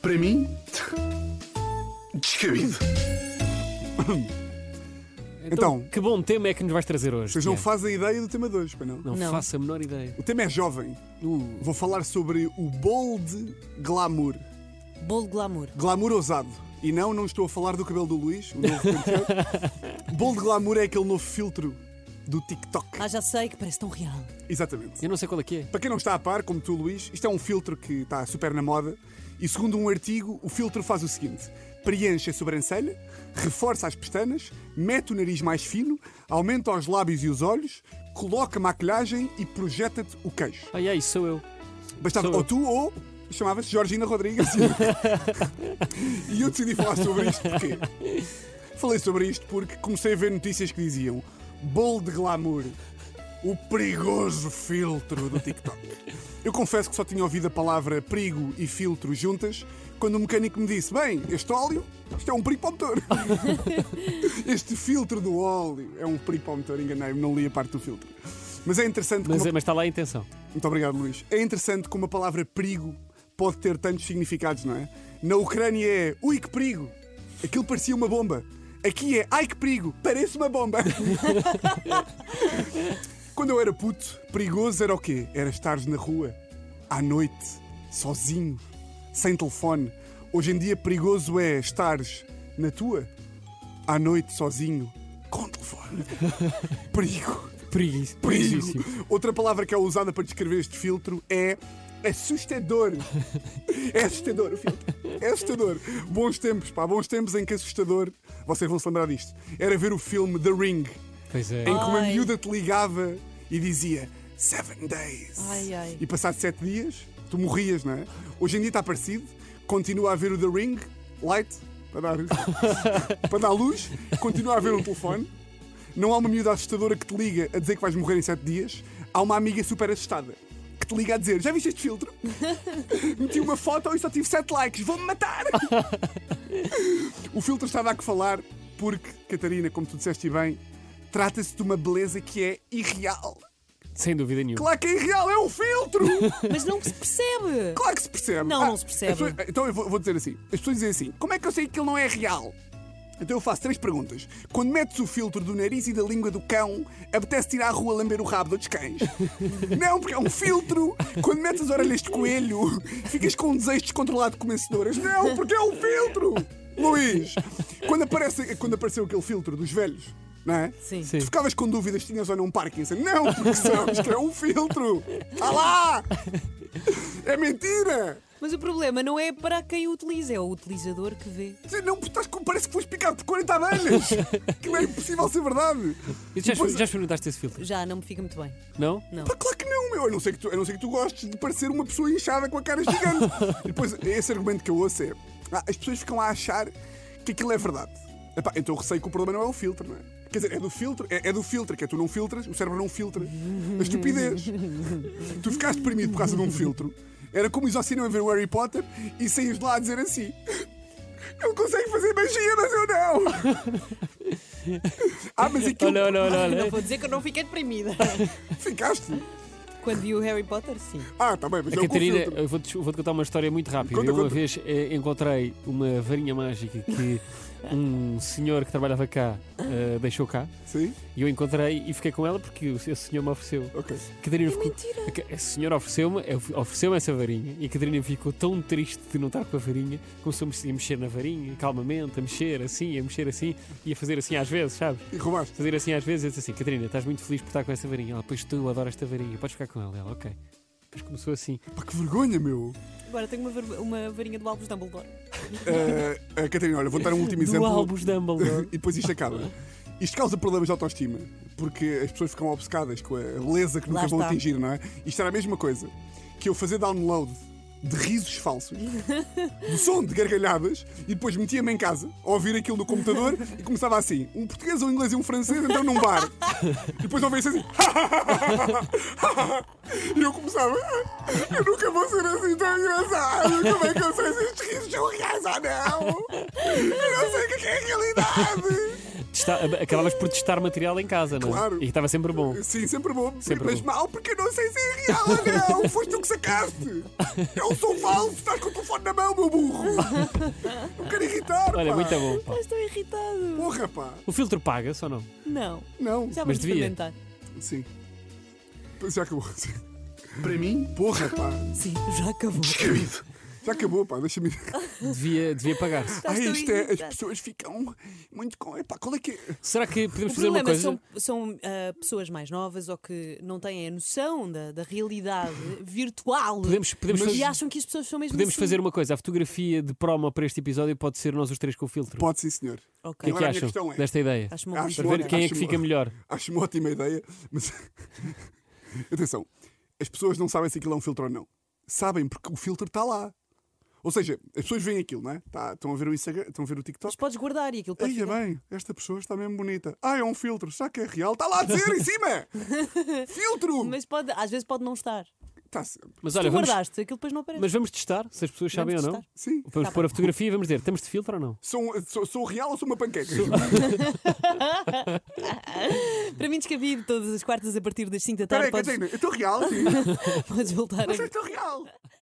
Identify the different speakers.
Speaker 1: Para mim, descabido.
Speaker 2: Então,
Speaker 3: que bom tema é que nos vais trazer hoje?
Speaker 2: vocês não
Speaker 3: Tiago?
Speaker 2: fazem ideia do tema 2, pois não?
Speaker 3: Não
Speaker 4: Não.
Speaker 3: faço a menor ideia.
Speaker 2: O tema é jovem.
Speaker 3: Uh,
Speaker 2: Vou falar sobre o bold glamour.
Speaker 4: Bolo de glamour.
Speaker 2: Glamour ousado. E não, não estou a falar do cabelo do Luís, o novo penteado. Bold glamour é aquele novo filtro do TikTok.
Speaker 4: Ah, já sei que parece tão real.
Speaker 2: Exatamente.
Speaker 3: eu não sei qual é que é.
Speaker 2: Para quem não está a par, como tu, Luís, isto é um filtro que está super na moda. E segundo um artigo, o filtro faz o seguinte: preenche a sobrancelha, reforça as pestanas, mete o nariz mais fino, aumenta os lábios e os olhos, coloca maquilhagem e projeta-te o queixo.
Speaker 3: Ai ai, sou eu.
Speaker 2: Bastava
Speaker 3: Sou eu.
Speaker 2: ou tu ou chamava-se Georgina Rodrigues. e eu decidi falar sobre isto porque. Falei sobre isto porque comecei a ver notícias que diziam bolo de glamour, o perigoso filtro do TikTok. Eu confesso que só tinha ouvido a palavra perigo e filtro juntas quando o mecânico me disse: Bem, este óleo, isto é um perigo para o motor. este filtro do óleo é um perigo para o motor. Enganei-me, não li a parte do filtro. Mas é interessante
Speaker 3: Mas,
Speaker 2: como a
Speaker 3: é- mas está lá a intenção.
Speaker 2: muito obrigado, Luís. É interessante como a palavra perigo pode ter tantos significados, não é? Na Ucrânia é ui que perigo, aquilo parecia uma bomba. Aqui é ai que perigo, parece uma bomba. Quando eu era puto, perigoso era o quê? Era estares na rua, à noite, sozinho, sem telefone. Hoje em dia, perigoso é estares na tua, à noite, sozinho, com telefone. Perigo.
Speaker 3: Preguiça.
Speaker 2: Perigo.
Speaker 3: Perigíssimo.
Speaker 2: Outra palavra que é usada para descrever este filtro é assustador. É assustador o filtro. É assustador. Bons tempos, pá, bons tempos em que assustador, vocês vão se lembrar disto, era ver o filme The Ring,
Speaker 3: Pois é.
Speaker 2: em que uma
Speaker 4: Ai.
Speaker 2: miúda te ligava e dizia Seven Days.
Speaker 4: Ai, ai.
Speaker 2: E passados sete dias, tu morrias, não é? Hoje em dia está parecido, continua a ver o The Ring, light, para dar, para dar luz, continua a ver um telefone. Não há uma miúda assustadora que te liga a dizer que vais morrer em sete dias, há uma amiga super assustada que te liga a dizer: Já viste este filtro? Meti uma foto e só tive sete likes, vou-me matar! o filtro está a dar que falar porque, Catarina, como tu disseste bem, trata-se de uma beleza que é irreal.
Speaker 3: Sem dúvida nenhuma.
Speaker 2: Claro que é irreal, é o filtro!
Speaker 4: Mas não se percebe.
Speaker 2: Claro que se percebe. Ah,
Speaker 4: Não, não se percebe.
Speaker 2: as pessoas- então eu vou, vou dizer assim: as pessoas dizem assim, como é que eu sei que ele não é real? Então eu faço três perguntas. Quando metes o filtro do nariz e da língua do cão, apetece tirar à rua lamber o rabo de outros cães? não, porque é um filtro. Quando metes as orelhas de coelho, ficas com um desejo descontrolado de comer cenouras. Não, porque é um filtro! Luís, quando, aparece, quando apareceu aquele filtro dos velhos, não é?
Speaker 4: Sim.
Speaker 3: Sim.
Speaker 2: Tu ficavas com dúvidas se tinhas ou não Parkinson? Não, porque sabes que é um filtro. Está lá! É mentira!
Speaker 4: Mas o problema não é para quem o utiliza, é o utilizador que vê.
Speaker 2: Tu Não, estás com- parece que foste picado por 40 abelhas! Que não é impossível ser verdade!
Speaker 3: E tu já,
Speaker 2: Depois-
Speaker 3: já experimentaste esse filtro?
Speaker 4: Já não me fica muito bem.
Speaker 3: Não?
Speaker 4: Não.
Speaker 2: Pá, claro que não, meu! A não, ser que tu, a não ser que tu gostes de parecer uma pessoa inchada com a cara gigante. E depois, esse argumento que eu ouço é: "Ah, as pessoas ficam a achar que aquilo é verdade. Epá, então eu receio que o problema não é o filtro, não é? Quer dizer, é do filtro, é, é do filtro, que é tu não filtras, o cérebro não filtra. A estupidez. tu ficaste deprimido por causa de um filtro. Era como ir ao cinema ver o Harry Potter e saías de lá a dizer assim: Ele consegue fazer magia, mas eu não! ah, mas aquilo.
Speaker 3: Olha, olha, olha,
Speaker 4: Não
Speaker 3: olha.
Speaker 4: vou dizer que eu não fiquei deprimida.
Speaker 2: Ficaste?
Speaker 4: Quando vi o Harry Potter, sim.
Speaker 2: Ah, tá bem, mas
Speaker 3: É A
Speaker 2: não com o
Speaker 3: Catarina,
Speaker 2: filtro.
Speaker 3: eu vou-te vou-te contar uma história muito rápida.
Speaker 2: Conta,
Speaker 3: eu uma
Speaker 2: conta.
Speaker 3: vez eh, encontrei uma varinha mágica que um senhor que trabalhava cá eh, deixou cá.
Speaker 2: Sim?
Speaker 3: E eu encontrei e fiquei com ela porque o- esse senhor me ofereceu.
Speaker 2: Ok.
Speaker 3: A Catarina ficou.
Speaker 4: mentira.
Speaker 3: a Ca- Esse senhor ofereceu-me ofereceu essa varinha e a Catarina ficou tão triste de não estar com a varinha começou a me- a mexer na varinha, calmamente, a mexer assim, a mexer assim e a fazer assim às vezes, sabes?
Speaker 2: E roubaste.
Speaker 3: Fazer assim às vezes e eu disse assim: Catarina, estás muito feliz por estar com essa varinha. Ela, pois tu, eu adoro esta varinha, podes ficar com ela. Ela, ok. Depois começou assim.
Speaker 2: Pá, que vergonha, meu.
Speaker 4: Agora tenho uma, ver- uma varinha do Albus Dumbledore.
Speaker 2: Ah, ah, Catarina, olha, vou dar um último
Speaker 3: Do
Speaker 2: exemplo.
Speaker 3: Albus Dumbledore.
Speaker 2: e depois isto acaba. Isto causa problemas de autoestima, porque as pessoas ficam obcecadas com a beleza que
Speaker 4: Lá
Speaker 2: nunca vão
Speaker 4: está.
Speaker 2: atingir, não é? Isto era a mesma coisa que eu fazer download de risos falsos, de som de gargalhadas, e depois metia-me em casa a ouvir aquilo no computador e começava assim: um português, um inglês e um francês então num bar. E depois ouvia-se assim. e eu começava: "Ah, eu nunca vou ser assim tão engraçado, como é que eu sei se estes risos são reais ou não? Eu não sei o que é realidade!
Speaker 3: testar, ab- acabavas por testar material em casa, não é?
Speaker 2: Claro.
Speaker 3: E estava sempre bom.
Speaker 2: Sim, sempre bom.
Speaker 3: Sempre
Speaker 2: mas
Speaker 3: bom.
Speaker 2: mal, porque eu não sei se é real ou não. Foste tu que sacaste. Eu sou falso. Estás com o telefone na mão, meu burro. Não quero irritar.
Speaker 3: Olha,
Speaker 2: pá.
Speaker 3: muito bom. pá.
Speaker 4: Mas estou irritado.
Speaker 2: Porra, pá.
Speaker 3: O filtro paga-se ou não?
Speaker 4: Não.
Speaker 2: Não.
Speaker 4: Já
Speaker 3: Mas
Speaker 4: vamos
Speaker 3: devia.
Speaker 4: experimentar.
Speaker 2: Sim. Já acabou. Para mim? Porra, pá.
Speaker 4: Sim, já acabou.
Speaker 2: Já acabou, pá. Deixa-me. ir.
Speaker 3: Devia, devia pagar-se.
Speaker 4: Estás
Speaker 2: Ai,
Speaker 4: tão
Speaker 2: isto é. As
Speaker 4: irritado.
Speaker 2: pessoas ficam muito com. Epá, qual é que é?
Speaker 3: Será que podemos
Speaker 4: O
Speaker 3: fazer uma
Speaker 4: problema é
Speaker 3: coisa?
Speaker 4: são, são ah, pessoas mais novas ou que não têm a noção da, da realidade virtual
Speaker 3: Podemos, podemos,
Speaker 4: e
Speaker 3: fazer,
Speaker 4: acham que as pessoas são mesmo
Speaker 3: podemos
Speaker 4: assim.
Speaker 3: fazer uma coisa. A fotografia de promo para este episódio pode ser nós os três com o filtro.
Speaker 2: Pode sim, senhor.
Speaker 3: O que é que
Speaker 2: Agora
Speaker 4: Ok.
Speaker 2: a minha
Speaker 3: acham
Speaker 2: questão é-
Speaker 3: desta ideia?
Speaker 4: Acho uma boa
Speaker 2: Acho
Speaker 3: Para ver
Speaker 2: bom,
Speaker 3: quem é que
Speaker 2: acho
Speaker 3: fica
Speaker 2: bom.
Speaker 3: melhor.
Speaker 2: Acho uma ótima ideia, mas. Atenção, as pessoas não sabem se aquilo é um filtro ou não. Sabem porque o filtro está lá. Ou seja, as pessoas veem aquilo, não é? Tá, estão a ver o Instagram, estão a ver o
Speaker 4: Mas
Speaker 2: TikTok.
Speaker 4: podes guardar e aquilo pode
Speaker 2: Aí é
Speaker 4: ficar-
Speaker 2: bem, esta pessoa está mesmo bonita. Ah, é um filtro, será que é real? Está lá a dizer em cima! filtro! Tá,
Speaker 4: Mas pode, às vezes pode não estar.
Speaker 2: Está sempre.
Speaker 3: Mas
Speaker 4: Se
Speaker 3: olha,
Speaker 4: tu
Speaker 3: vamos,
Speaker 4: guardaste, aquilo depois não aparece.
Speaker 3: mas vamos testar se as pessoas sabem
Speaker 4: Vamos
Speaker 3: ou não.
Speaker 4: testar.
Speaker 2: Sim.
Speaker 3: Vamos pôr a fotografia e vamos dizer: estamos de filtro ou não?
Speaker 2: Sou, sou, sou real ou sou uma panqueca?
Speaker 4: Para mim, descabido todas as quartas a partir das 5 da
Speaker 2: Espera aí,
Speaker 4: tarde. podes,
Speaker 2: Catarina, eu estou real? Sim.
Speaker 3: é
Speaker 4: podes voltar a.
Speaker 2: Eu estou real!